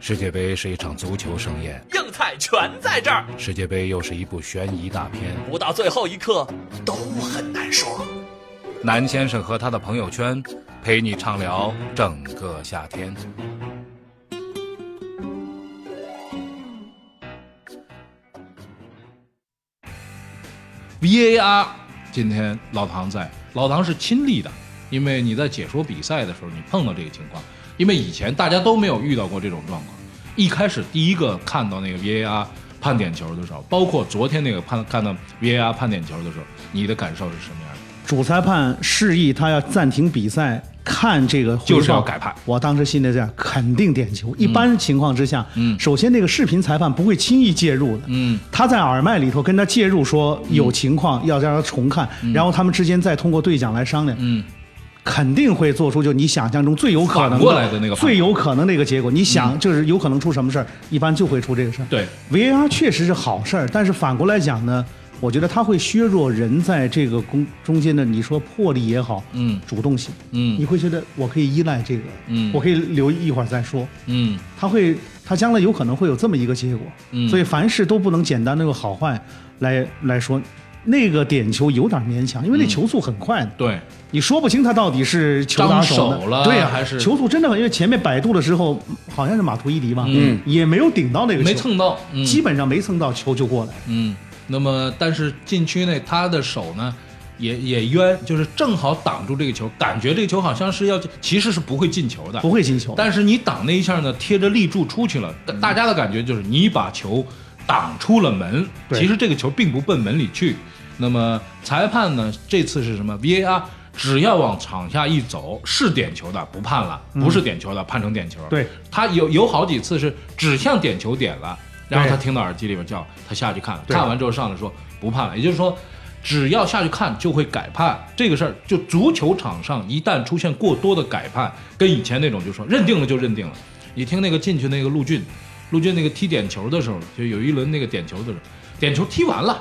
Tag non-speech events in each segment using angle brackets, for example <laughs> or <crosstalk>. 世界杯是一场足球盛宴，硬菜全在这儿，世界杯又是一部悬疑大片。不到最后一刻都很难说。南先生和他的朋友圈，陪你畅聊整个夏天。 VAR，今天老唐在，老唐是亲历的，因为你在解说比赛的时候，你碰到这个情况，因为以前大家都没有遇到过这种状况。一开始第一个看到那个 VAR 判点球的时候，包括昨天那个判看到 VAR 判点球的时候，你的感受是什么样的？主裁判示意他要暂停比赛，看这个回报就是要改判我当时心里这样，肯定点球。一般情况之下，嗯首先这个视频裁判不会轻易介入的，嗯，他在耳麦里头跟他介入说有情况要让他重看，然后他们之间再通过对讲来商量，嗯，肯定会做出就你想象中最有可能反过嗯来的那个判最有可能的一个结果。你想就是有可能出什么事儿，一般就会出这个事儿。对， VAR 确实是好事儿，但是反过来讲呢，我觉得它会削弱人在这个公中间的你说魄力也好，嗯主动性，嗯你会觉得我可以依赖这个，嗯我可以留一会儿再说，嗯它会它将来有可能会有这么一个结果，嗯所以凡事都不能简单的用好坏来来说。那个点球有点勉强，因嗯为那球速很快的，对，你说不清他到底是球打呢张手了对呀、还是球速真的很，因为前面摆渡的时候好像是马图伊迪吧，嗯，也没有顶到那个球，没蹭到，嗯基本上没蹭到球就过来了。嗯，那么但是禁区内他的手呢，也也冤，就是正好挡住这个球，感觉这个球好像是要进，其实是不会进球的，不会进球。嗯但是你挡那一下呢，贴着立柱出去了，大大家的感觉就是你把球挡出了门，对其实这个球并不奔门里去。那么裁判呢，这次是什么？VAR 只要往场下一走，是点球的不判了，不是点球的判成点球。嗯对，他有有好几次是指向点球点了，然后对他听到耳机里边叫他下去看，对看完之后上来说不判了，也就是说。只要下去看就会改判这个事儿，就足球场上一旦出现过多的改判，跟以前那种就说认定了就认定了。你听那个进去那个陆俊，陆俊那个踢点球的时候，就有一轮那个点球的时候，点球踢完了，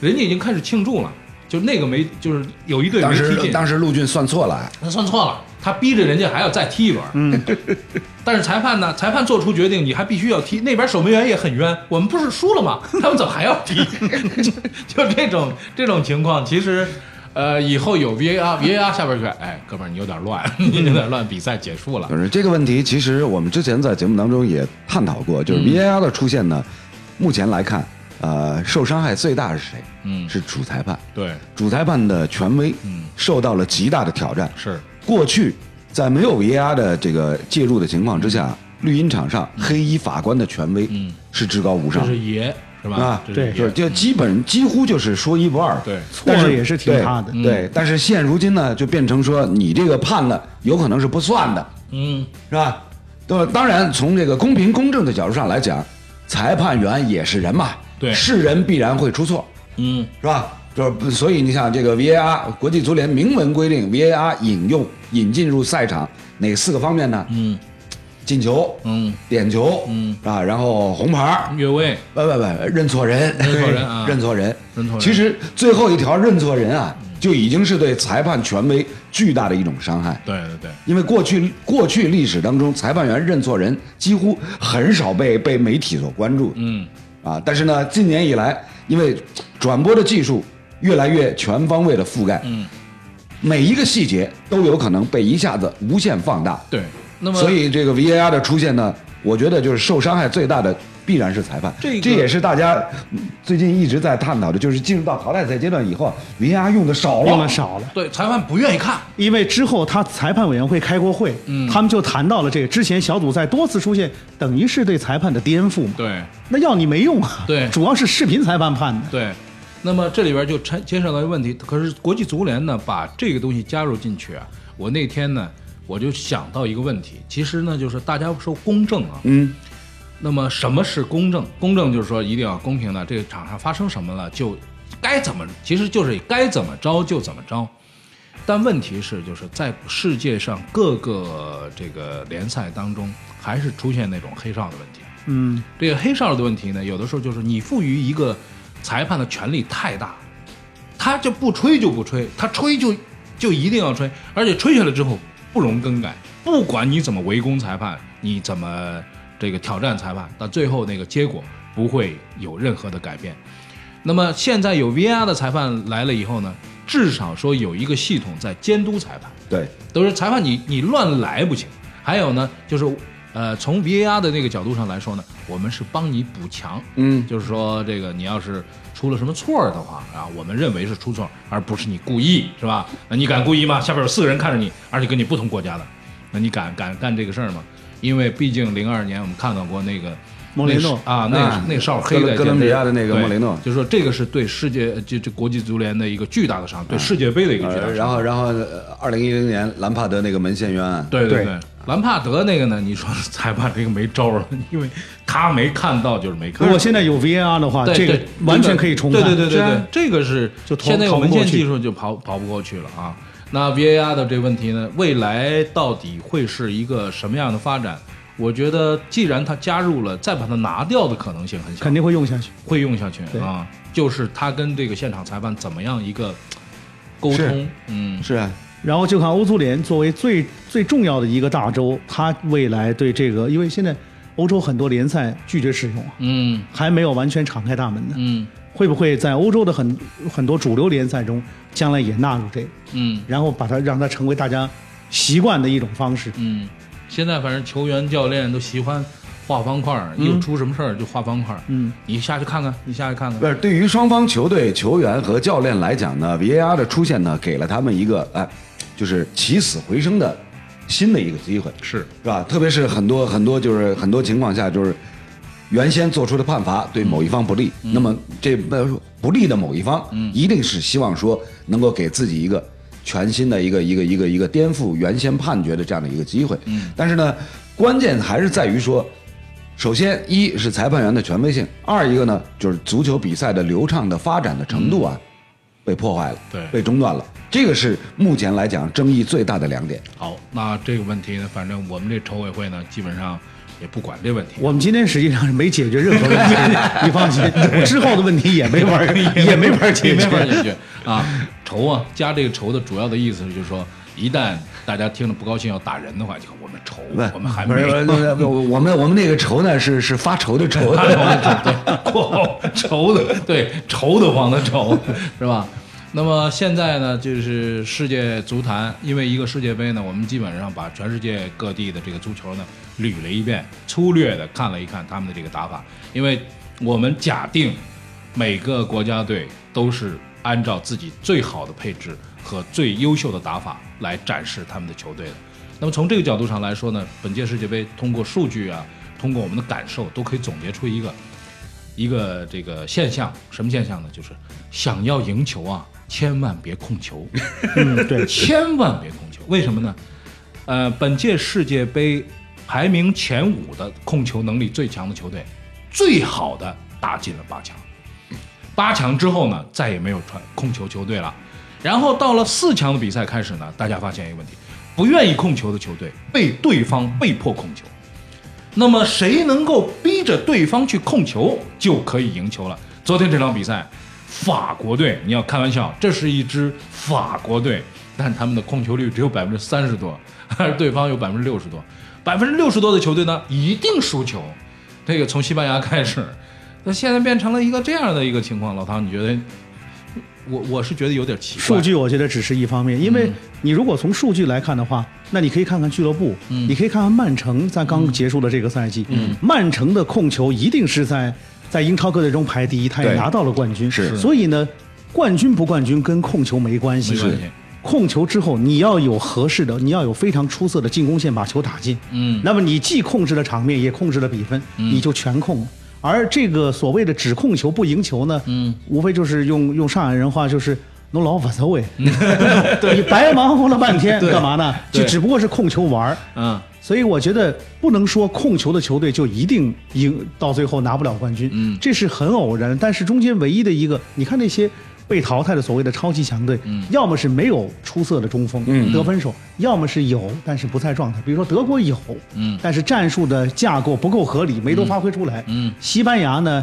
人家已经开始庆祝了，就那个没就是有一队没当踢时进，当时陆俊算错了，啊他算错了，他逼着人家还要再踢一轮。嗯， <laughs> 但是裁判呢？裁判做出决定，你还必须要踢。那边守门员也很冤，我们不是输了吗？ <laughs> 他们怎么还要踢？ <laughs> 就就这种这种情况，其实。呃，以后有 VAR，VAR 下边去，哎，哥们儿，你有点乱， <laughs> 你有点乱，比赛结束了就，是这个问题，其实我们之前在节目当中也探讨过，就是嗯 VAR 的出现呢，目前来看，呃，受伤害最大是谁？嗯是主裁判，对，主裁判的权威，嗯受到了极大的挑战。是，过去在没有 VAR 的这个介入的情况之下，绿茵场上黑衣法官的权威嗯是至高无这上是爷是吧？啊这对爷就是就基本几乎就是说一不二。对错但了是也是挺对大的嗯对，但是现如今呢，就变成说你这个判了，有可能是不算的，嗯，是吧？那么当然，从这个公平公正的角度上来讲，裁判员也是人嘛，对是人必然会出错，嗯，是吧？就是所以你想，这个 VAR 国际足联明文规定，VAR 引用引进入赛场哪四个方面呢？嗯，进球，嗯，点球，嗯，啊，然后红牌儿，越位，不不不，认错人，认错人啊认错人，认错人嗯其实最后一条认错人啊，就已经是对裁判权威巨大的一种伤害。对对对，因为过去过去历史当中，裁判员认错人几乎很少被被媒体所关注嗯，啊。但是呢，今年以来，因为转播的技术越来越全方位的覆盖，嗯，每一个细节都有可能被一下子无限放大。对。那么，所以这个 VAR 的出现呢，我觉得就是受伤害最大的必然是裁判，这个也是大家嗯最近一直在探讨的，就是进入到淘汰赛阶段以后，VAR 啊用的少了，用的少了，对裁判不愿意看，因为之后他裁判委员会开过会，嗯他们就谈到了这个之前小组赛多次出现，等于是对裁判的颠覆嘛。对，那要你没用啊，对主要是视频裁判判的，对，那么这里边就牵牵涉到一个问题，可是国际足联呢把这个东西加入进去啊，我那天呢我就想到一个问题，其实呢就是大家说公正啊，嗯，那么什么是公正？公正就是说一定要公平的，这个场上发生什么了就该怎么，其实就是该怎么着就怎么着。但问题是，就是在世界上各个这个联赛当中，还是出现那种黑哨的问题。嗯，这个黑哨的问题呢，有的时候就是你赋予一个裁判的权力太大，他就不吹就不吹，他吹就就一定要吹，而且吹下来之后不容更改，不管你怎么围攻裁判，你怎么这个挑战裁判，但最后那个结果不会有任何的改变。那么现在有 VAR 的裁判来了以后呢，至少说有一个系统在监督裁判，对，都是裁判你你乱来不行。还有呢，就是呃，从 VAR 的那个角度上来说呢，我们是帮你补强，嗯，就是说这个你要是出了什么错儿的话啊，我们认为是出错儿，而不是你故意，是吧？那你敢故意吗？下边有四个人看着你，而且跟你不同国家的，那你敢敢干这个事儿吗？因为毕竟零二年我们看到过那个莫雷诺那啊，那啊那哨黑的哥伦比亚的那个莫雷诺就说这个是对世界呃这这国际足联的一个巨大的伤，对世界杯的一个巨大呃的然伤。后然后二零一零年兰帕德那个门线啊冤案，对对对，兰帕德那个呢，你说裁判这个没招儿了，因为他没看到就是没看到。如果现在有 VAR 的话，对这个对完全可以重看。对对对是对啊对，这个是就逃现在有文逃件不过去技术就跑跑不过去了啊。那 VAR 的这个问题呢，未来到底会是一个什么样的发展？我觉得，既然它加入了，再把它拿掉的可能性很小，肯定会用下去。会用下去对啊。就是它跟这个现场裁判怎么样一个沟是通，嗯，是啊，然后就看欧足联作为最最重要的一个大洲，它未来对这个，因为现在欧洲很多联赛拒绝使用啊，嗯还没有完全敞开大门呢。嗯会不会在欧洲的很很多主流联赛中，将来也纳入这个，嗯然后把它让它成为大家习惯的一种方式？嗯。现在反正球员、教练都喜欢画方块儿，有出什么事儿就画方块儿。嗯，你下去看看，你下去看看不。是，对于双方球队、球员和教练来讲呢，VAR 的出现呢，给了他们一个哎，就是起死回生的新的一个机会，是，是吧？特别是很多很多就是很多情况下，就是原先做出的判罚嗯对某一方不利，那么这呃不利的某一方，嗯一定是希望说能够给自己一个全新的一个一个一个一个颠覆原先判决的这样的一个机会。嗯但是呢，关键还是在于说，首先一是裁判员的权威性，二一个呢就是足球比赛的流畅的发展的程度啊。被破坏了，嗯对被中断了，这个是目前来讲争议最大的两点。好，那这个问题呢，反正我们这筹委会呢，基本上也不管这问题。我们今天实际上是没解决任何问 <laughs> 题，你放心，之后的问题也没法儿 <laughs> 也没法儿解没法决。解决啊！仇啊，加这个仇的主要的意思就是说，一旦大家听了不高兴要打人的话，就我们仇，我们还没不是不是不是我我们我们那个仇呢是是发愁的愁，对，括号愁的，对，愁得慌的愁，是吧？那么现在呢，就是世界足坛，因为一个世界杯呢，我们基本上把全世界各地的这个足球呢捋了一遍，粗略的看了一看他们的这个打法，因为我们假定每个国家队都是按照自己最好的配置和最优秀的打法来展示他们的球队的。那么从这个角度上来说呢，本届世界杯通过数据啊，通过我们的感受，都可以总结出一个一个这个现象，什么现象呢？就是想要赢球啊，千万别控球， <laughs> 嗯，对，千万别控球。为什么呢？呃，本届世界杯排名前五的控球能力最强的球队，最好的打进了八强。八强之后呢，再也没有传控球球队了。然后到了四强的比赛开始呢，大家发现一个问题：不愿意控球的球队被对方被迫控球。那么谁能够逼着对方去控球，就可以赢球了。昨天这场比赛，法国队，你要开玩笑，这是一支法国队，但他们的控球率只有百分之三十多， <laughs> 而对方有百分之六十多，百分之六十多的球队呢，一定输球。这个从西班牙开始，那现在变成了一个这样的一个情况。老唐，你觉得？我我是觉得有点奇怪。数据我觉得只是一方面，因为你如果从数据来看的话，那你可以看看俱乐部，你可以看看曼城在刚结束的这个赛季，曼城的控球一定是在在英超各队中排第一，他也对拿到了冠军，是所以呢，冠军不冠军跟控球没关系，没关系控球之后，你要有合适的，你要有非常出色的进攻线把球打进。嗯那么你既控制了场面，也控制了比分，你就全控了。而这个所谓的只控球不赢球呢，嗯，无非就是用用上海人话就是侬老勿走位，哎 <laughs> 你白忙活了半天嗯 <laughs> 对干嘛呢？对就只不过是控球玩儿。嗯，所以我觉得不能说控球的球队就一定赢，到最后拿不了冠军，嗯这是很偶然。但是中间唯一的一个，你看那些被淘汰的所谓的超级强队，嗯要么是没有出色的中锋、嗯得分手，要么是有但是不在状态。比如说德国有，嗯但是战术的架构不够合理，没都发挥出来。嗯西班牙呢，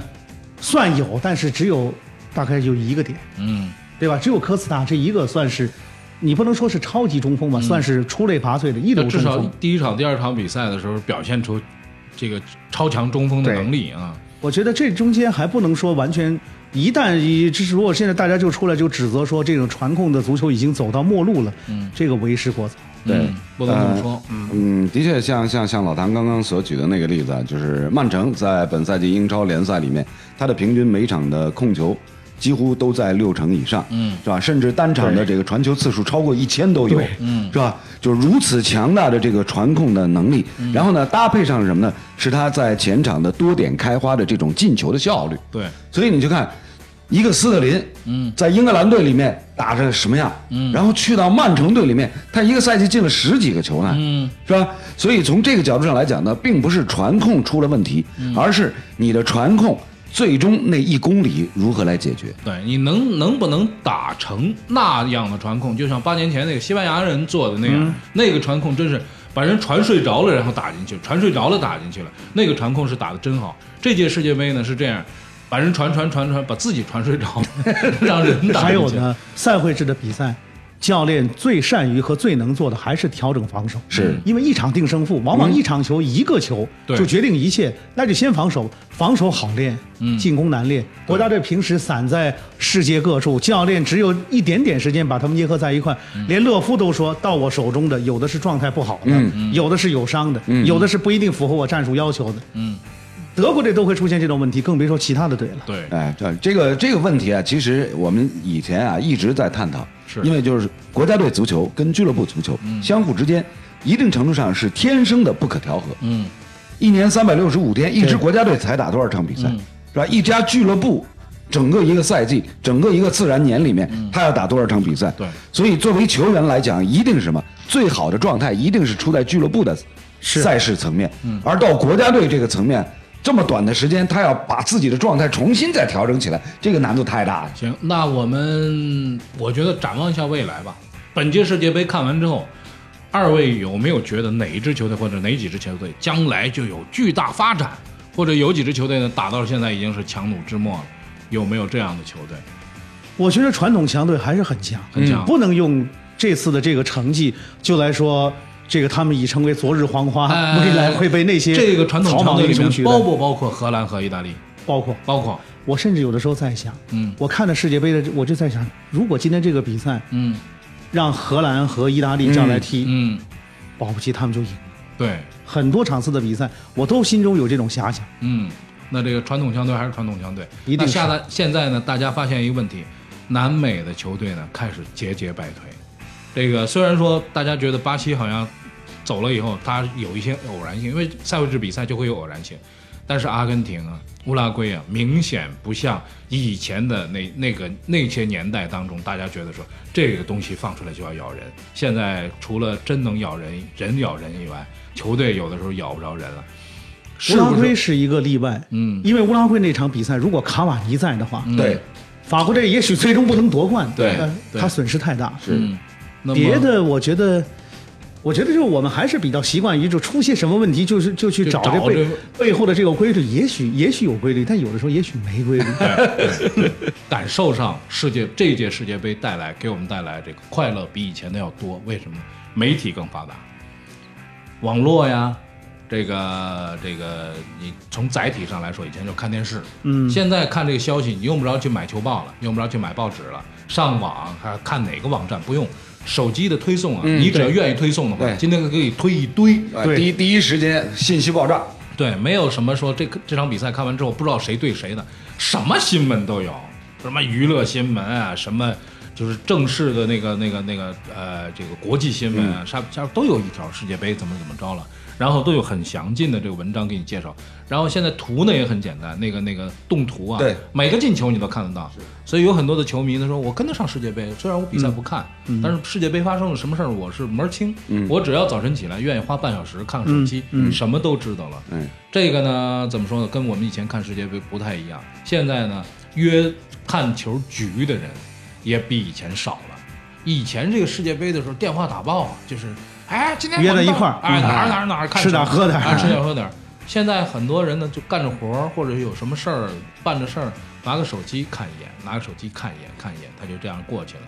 算有，但是只有大概有一个点，嗯对吧？只有科斯塔这一个算是，你不能说是超级中锋吧，算是出类拔萃的一流嗯至中少锋。第一场、第二场比赛的时候表现出这个超强中锋的对能力啊。我觉得这中间还不能说完全，一旦一这是如果现在大家就出来就指责说这种传控的足球已经走到末路了，嗯，这个为时过早。对嗯不能这么说，嗯，的确像，像像老谭刚刚所举的那个例子，啊，就是曼城在本赛季英超联赛里面，他的平均每场的控球几乎都在六成以上，嗯，是吧？甚至单场的这个传球次数超过一千都有，嗯，是吧？就如此强大的这个传控的能力，然后呢，搭配上是什么呢？是他在前场的多点开花的这种进球的效率，对，所以你就看，一个斯特林，嗯，在英格兰队里面打成什么样，嗯，然后去到曼城队里面，他一个赛季进了十几个球呢，嗯，是吧？所以从这个角度上来讲呢，并不是传控出了问题，而是你的传控最终那一公里如何来解决。对你能能不能打成那样的传控，就像八年前那个西班牙人做的那嗯样，那个传控真是把人传睡着了，然后打进去，传睡着了打进去了，那个传控是打的真好。这届世界杯呢是这样，把人传传传传，把自己传睡着， <laughs> 让 <laughs> 人打还进有去。呢，赛会制的比赛，教练最善于和最能做的还是调整防守，是因为一场定胜负，往往一场球一个球对就决定一切，那就先防守，防守好练，进攻难练。国家队平时散在世界各处，教练只有一点点时间把他们捏合在一块，连勒夫都说到我手中的有的是状态不好的，有的是有伤的，有的是不一定符合我战术要求的。嗯，德国队都会出现这种问题，更别说其他的队了。对，哎，这这个这个问题啊，其实我们以前啊一直在探讨，是嗯因为就是国家队足球跟俱乐部足球、相互之间，一定程度上是天生的不可调和。嗯，一年三百六十五天，一支国家队才打多少场比赛，嗯是吧？一家俱乐部。整个一个赛季，整个一个自然年里面，他要打多少场比赛？嗯对所以作为球员来讲，一定是什么最好的状态，一定是出在俱乐部的赛事层面，而到国家队这个层面，这么短的时间，他要把自己的状态重新再调整起来，这个难度太大了。行，那我们我觉得展望一下未来吧。本届世界杯看完之后，二位有没有觉得哪一支球队或者哪几支球队将来就有巨大发展，或者有几支球队呢打到现在已经是强弩之末了？有没有这样的球队？我觉得传统强队还是很强，很强嗯不能用这次的这个成绩就来说，这个他们已成为昨日黄花，哎未来会被那些这个传统草强莽队英里雄面取代包不包括荷兰和意大利？包括包括，我，甚至有的时候在想，嗯我看了世界杯的，我就在想，如果今天这个比赛嗯让荷兰和意大利这样来踢，嗯，保不齐他们就赢。对，很多场次的比赛，我都心中有这种遐想。嗯，那这个传统强队还是传统强队。一定那是下在现在呢，大家发现一个问题，南美的球队呢开始节节败退。这个虽然说大家觉得巴西好像走了以后，它有一些偶然性，因为赛会制比赛就会有偶然性。但是阿根廷啊、乌拉圭啊，明显不像以前的那那个那些年代当中，大家觉得说这个东西放出来就要咬人。现在除了真能咬人，人咬人以外，球队有的时候咬不着人了。乌是拉不是圭是一个例外，嗯因为乌拉圭那场比赛，如果卡瓦尼在的话，对，法国队也许最终不能夺冠，对但对他损失太大。是嗯，那么别的我觉得，我觉得就是我们还是比较习惯于就出些什么问题，就是就去就找找这背这个背后的这个规律，也许也许有规律，但有的时候也许没 <laughs> 规律。感受上世界这届世界杯带来给我们带来这个快乐比以前的要多，为什么呢？媒体更发达，网络呀，这个这个，你从载体上来说，以前就看电视，嗯，现在看这个消息，你用不着去买球报了，用不着去买报纸了，上网还看哪个网站不用，手机的推送啊，你只要愿意推送的话，对今天给你推一堆，呃第一第一时间信息爆炸，对，没有什么说这个这场比赛看完之后不知道谁对谁的，什么新闻都有，什么娱乐新闻啊，什么就是正式的那个那个那个呃这个国际新闻啊，上上都有一条世界杯怎么怎么着了，然后都有很详尽的这个文章给你介绍，然后现在图呢也很简单，那个那个动图啊，对每个进球你都看得到，所以有很多的球迷他说我跟得上世界杯，虽然我比赛不看，但是世界杯发生了什么事儿我是门儿清，我只要早晨起来愿意花半小时看看手机，什么都知道了。嗯，这个呢怎么说呢？跟我们以前看世界杯不太一样，现在呢约看球局的人也比以前少了。以前这个世界杯的时候，电话打爆啊，就是，哎，今天约在晚上一块儿哎，嗯哪儿哪儿哪儿看吃球点喝点啊，吃点喝点儿。现在很多人呢，就干着活儿或者有什么事儿办着事儿，拿个手机看一眼，拿个手机看一眼，看一眼，他就这样过去了。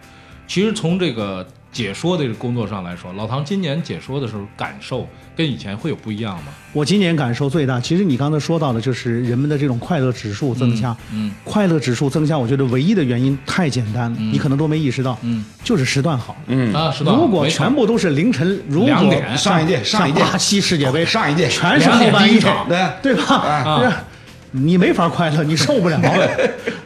其实从这个解说的工作上来说，老唐今年解说的时候感受跟以前会有不一样吗？我今年感受最大，其实你刚才说到的就是人们的这种快乐指数增加。嗯快乐指数增加，我觉得唯一的原因太简单了，你可能都没意识到，嗯，就是时段好。嗯啊，是吧？如果没错全部都是凌晨，如果两点哦上一届上一届像巴西世界杯上一届全是后半夜，两点第对吧？啊你没法快乐，你受 <laughs> 不了。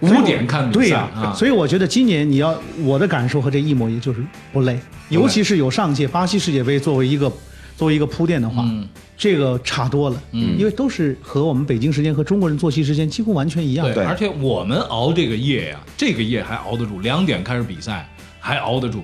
五点看比赛对呀、啊所以我觉得今年你要我的感受和这一模一样，就是不累，尤其是有上届巴西世界杯作为一个作为一个铺垫的话，嗯这个差多了，因为都是和我们北京时间和中国人作息时间几乎完全一样。对，对而且我们熬这个夜呀、这个夜还熬得住，两点开始比赛还熬得住。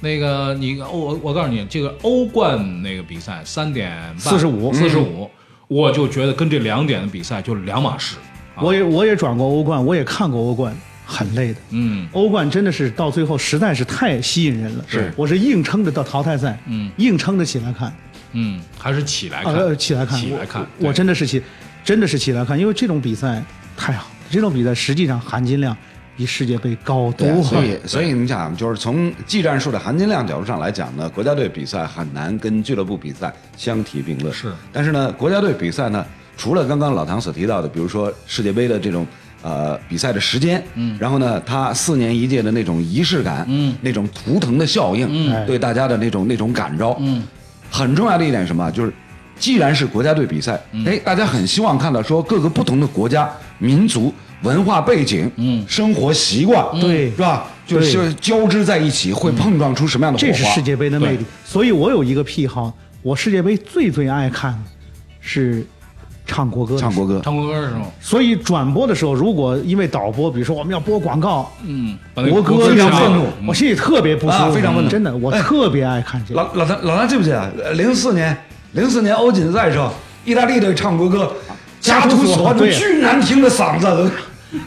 那个你，哦我我告诉你，这个欧冠那个比赛三点45四十五，我就觉得跟这两点的比赛就两码事。啊我也我也转过欧冠，我也看过欧冠，很累的。嗯欧冠真的是到最后实在是太吸引人了，是我是硬撑着到淘汰赛，嗯硬撑着起来看，嗯，还是起来看，呃，起来看，起来看，我我对真的是起，真的是起来看，因为这种比赛太好，这种比赛实际上含金量比世界杯高多啊对，所了。以所以你想，就是从技战术的含金量角度上来讲呢，国家队比赛很难跟俱乐部比赛相提并论。是，但是呢，国家队比赛呢，除了刚刚老唐所提到的，比如说世界杯的这种。呃，比赛的时间，嗯，然后呢，他四年一届的那种仪式感，嗯，那种图腾的效应，哎嗯对大家的那种那种感召，嗯，很重要的一点是什么？就是既然是国家队比赛，哎，大家很希望看到说各个不同的国家、民族、文化背景，嗯，生活习惯，对嗯是吧？就是就是交织在一起，会碰撞出什么样的火这花？是世界杯的魅力。所以我有一个癖好，我世界杯最最爱看的是唱国歌的时候，唱国歌，唱国歌是吗？所以转播的时候，如果因为导播，比如说我们要播广告，嗯，把那国歌唱要了愤怒，我心里特别不舒啊服，非常愤怒真的，我特别爱看这个。老老唐老唐记不记得零四年零四年欧锦赛的时候，意大利队唱国歌，加加图图索索对巨难听的嗓子，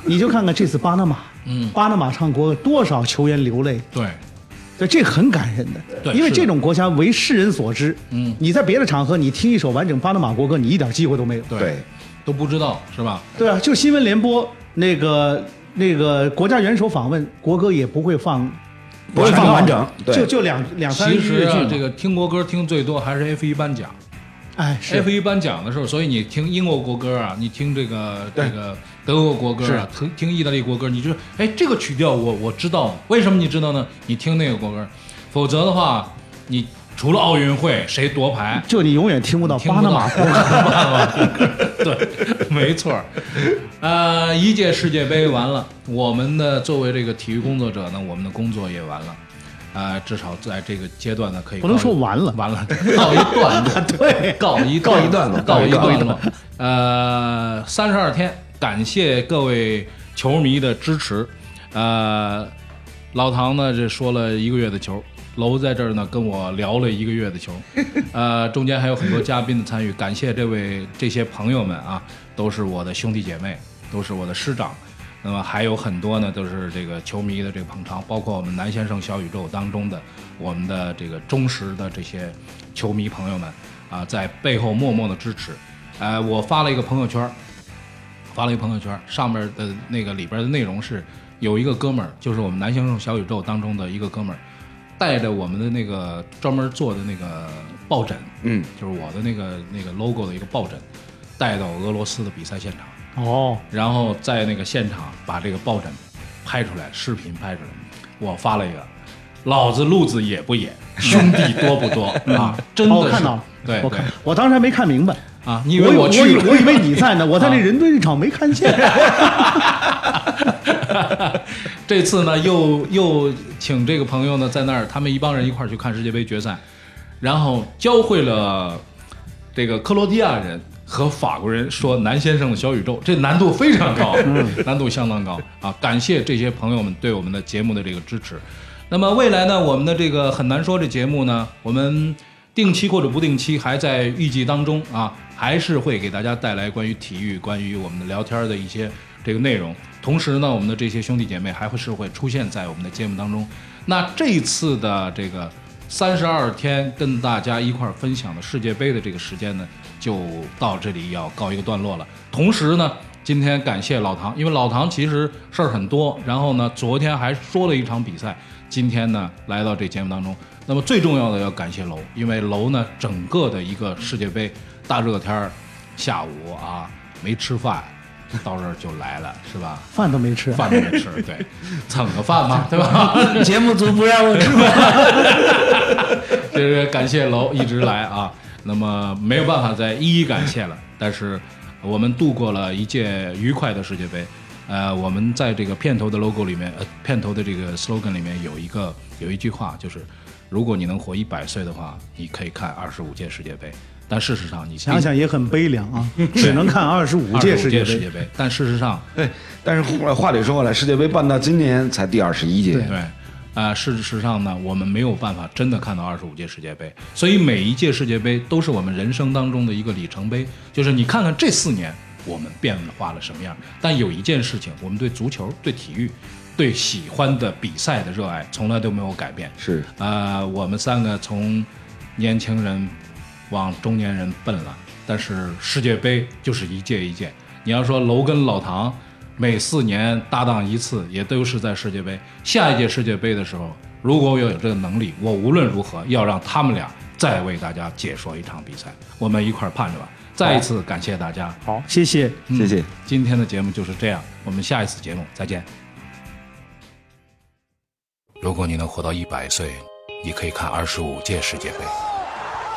你就看看这次巴拿马，嗯，巴拿马唱国歌多少球员流泪，对，对，这个很感人的，对因为是的这种国家为世人所知，嗯，你在别的场合你听一首完整巴拿马国歌，你一点机会都没有，对，都不知道是吧？对啊，就新闻联播那个那个国家元首访问，国歌也不会放，不会放完整对就就两两三其实句啊嘛，这个听国歌听最多还是 F 一颁奖。哎是 F 一颁奖的时候，所以你听英国国歌啊，你听这个这个德国国歌啊，听听意大利国歌，你就哎这个曲调我我知道，为什么你知道呢？你听那个国歌，否则的话，你除了奥运会谁夺牌，就你永远听不到听哦巴不拿到马国 <laughs> 歌。对，没错儿。呃，一届世界杯完了，我们呢作为这个体育工作者呢，我们的工作也完了。呃，至少在这个阶段呢，可以不能告一说完了完了， <laughs> 告一段落，对， <laughs> 告一告一段落告一告一段段落。呃，三十二天，感谢各位球迷的支持。呃，老唐呢这说了一个月的球，楼在这儿呢跟我聊了一个月的球，呃，中间还有很多嘉宾的参与，感谢这位这些朋友们啊，都是我的兄弟姐妹，都是我的师长。那么还有很多呢，都是这个球迷的这个捧场，包括我们南先生小宇宙当中的我们的这个忠实的这些球迷朋友们啊，在背后默默的支持。呃，我发了一个朋友圈儿，发了一个朋友圈，上面的那个里边的内容是有一个哥们儿，就是我们南先生小宇宙当中的一个哥们儿，带着我们的那个专门做的那个抱枕，嗯，就是我的那个那个 logo 的一个抱枕，带到俄罗斯的比赛现场，哦，然后在那个现场把这个抱枕拍出来，视频拍出来，我发了一个。老子路子野不 <laughs> 野，兄弟多不多啊？真的哦是，我看到了，对，我对看，我当时还没看明白，啊，你以为我以去啊以我了？以为你在呢，我在那人堆那场没看见。 <laughs> 这次呢，又又请这个朋友呢，在那儿他们一帮人一块儿去看世界杯决赛，然后教会了这个克罗地亚人和法国人说南先生的小宇宙，这难度非常高， <laughs> 难度相当高啊！感谢这些朋友们对我们的节目的这个支持。那么未来呢，我们的这个很难说这节目呢，我们定期或者不定期还在预计当中啊，还是会给大家带来关于体育、关于我们的聊天的一些这个内容。同时呢，我们的这些兄弟姐妹还会是会出现在我们的节目当中。那这次的这个三十二天跟大家一块儿分享的世界杯的这个时间呢，就到这里要告一个段落了。同时呢，今天感谢老唐，因为老唐其实事儿很多，然后呢，昨天还说了一场比赛，今天呢来到这节目当中。那么最重要的要感谢楼，因为楼呢整个的一个世界杯大热天儿，下午啊没吃饭，到这儿就来了，是吧？饭都没吃。 <laughs> 饭都没吃，对，蹭个饭嘛，对吧？节目组不让我吃饭。 <laughs> 就是感谢楼一直来啊，那么没有办法再一一感谢了。但是我们度过了一届愉快的世界杯，呃，我们在这个片头的 logo 里面，呃，片头的这个 slogan 里面有一个有一句话，就是如果你能活一百岁的话，你可以看二十五届世界杯。但事实上，你想想也很悲凉啊， <laughs> 只能看二十五二十届五世届界世杯界。杯，但事实上，对，哎但是话话里说回来，世界杯办到今年才第二十一届，对，啊、事实上呢，我们没有办法真的看到二十五届世界杯，所以每一届世界杯都是我们人生当中的一个里程碑。就是你看看这四年我们变化了什么样，但有一件事情，我们对足球、对体育、对喜欢的比赛的热爱从来都没有改变。是呃，我们三个从年轻人往中年人奔了，但是世界杯就是一届一届。你要说楼跟老唐每四年搭档一次，也都是在世界杯。下一届世界杯的时候，如果我有这个能力，我无论如何要让他们俩再为大家解说一场比赛，我们一块儿盼着吧。再一次感谢大家，好，谢谢。谢谢。嗯今天的节目就是这样，我们下一次节目再见。如果你能活到一百岁，你可以看二十五届世界杯。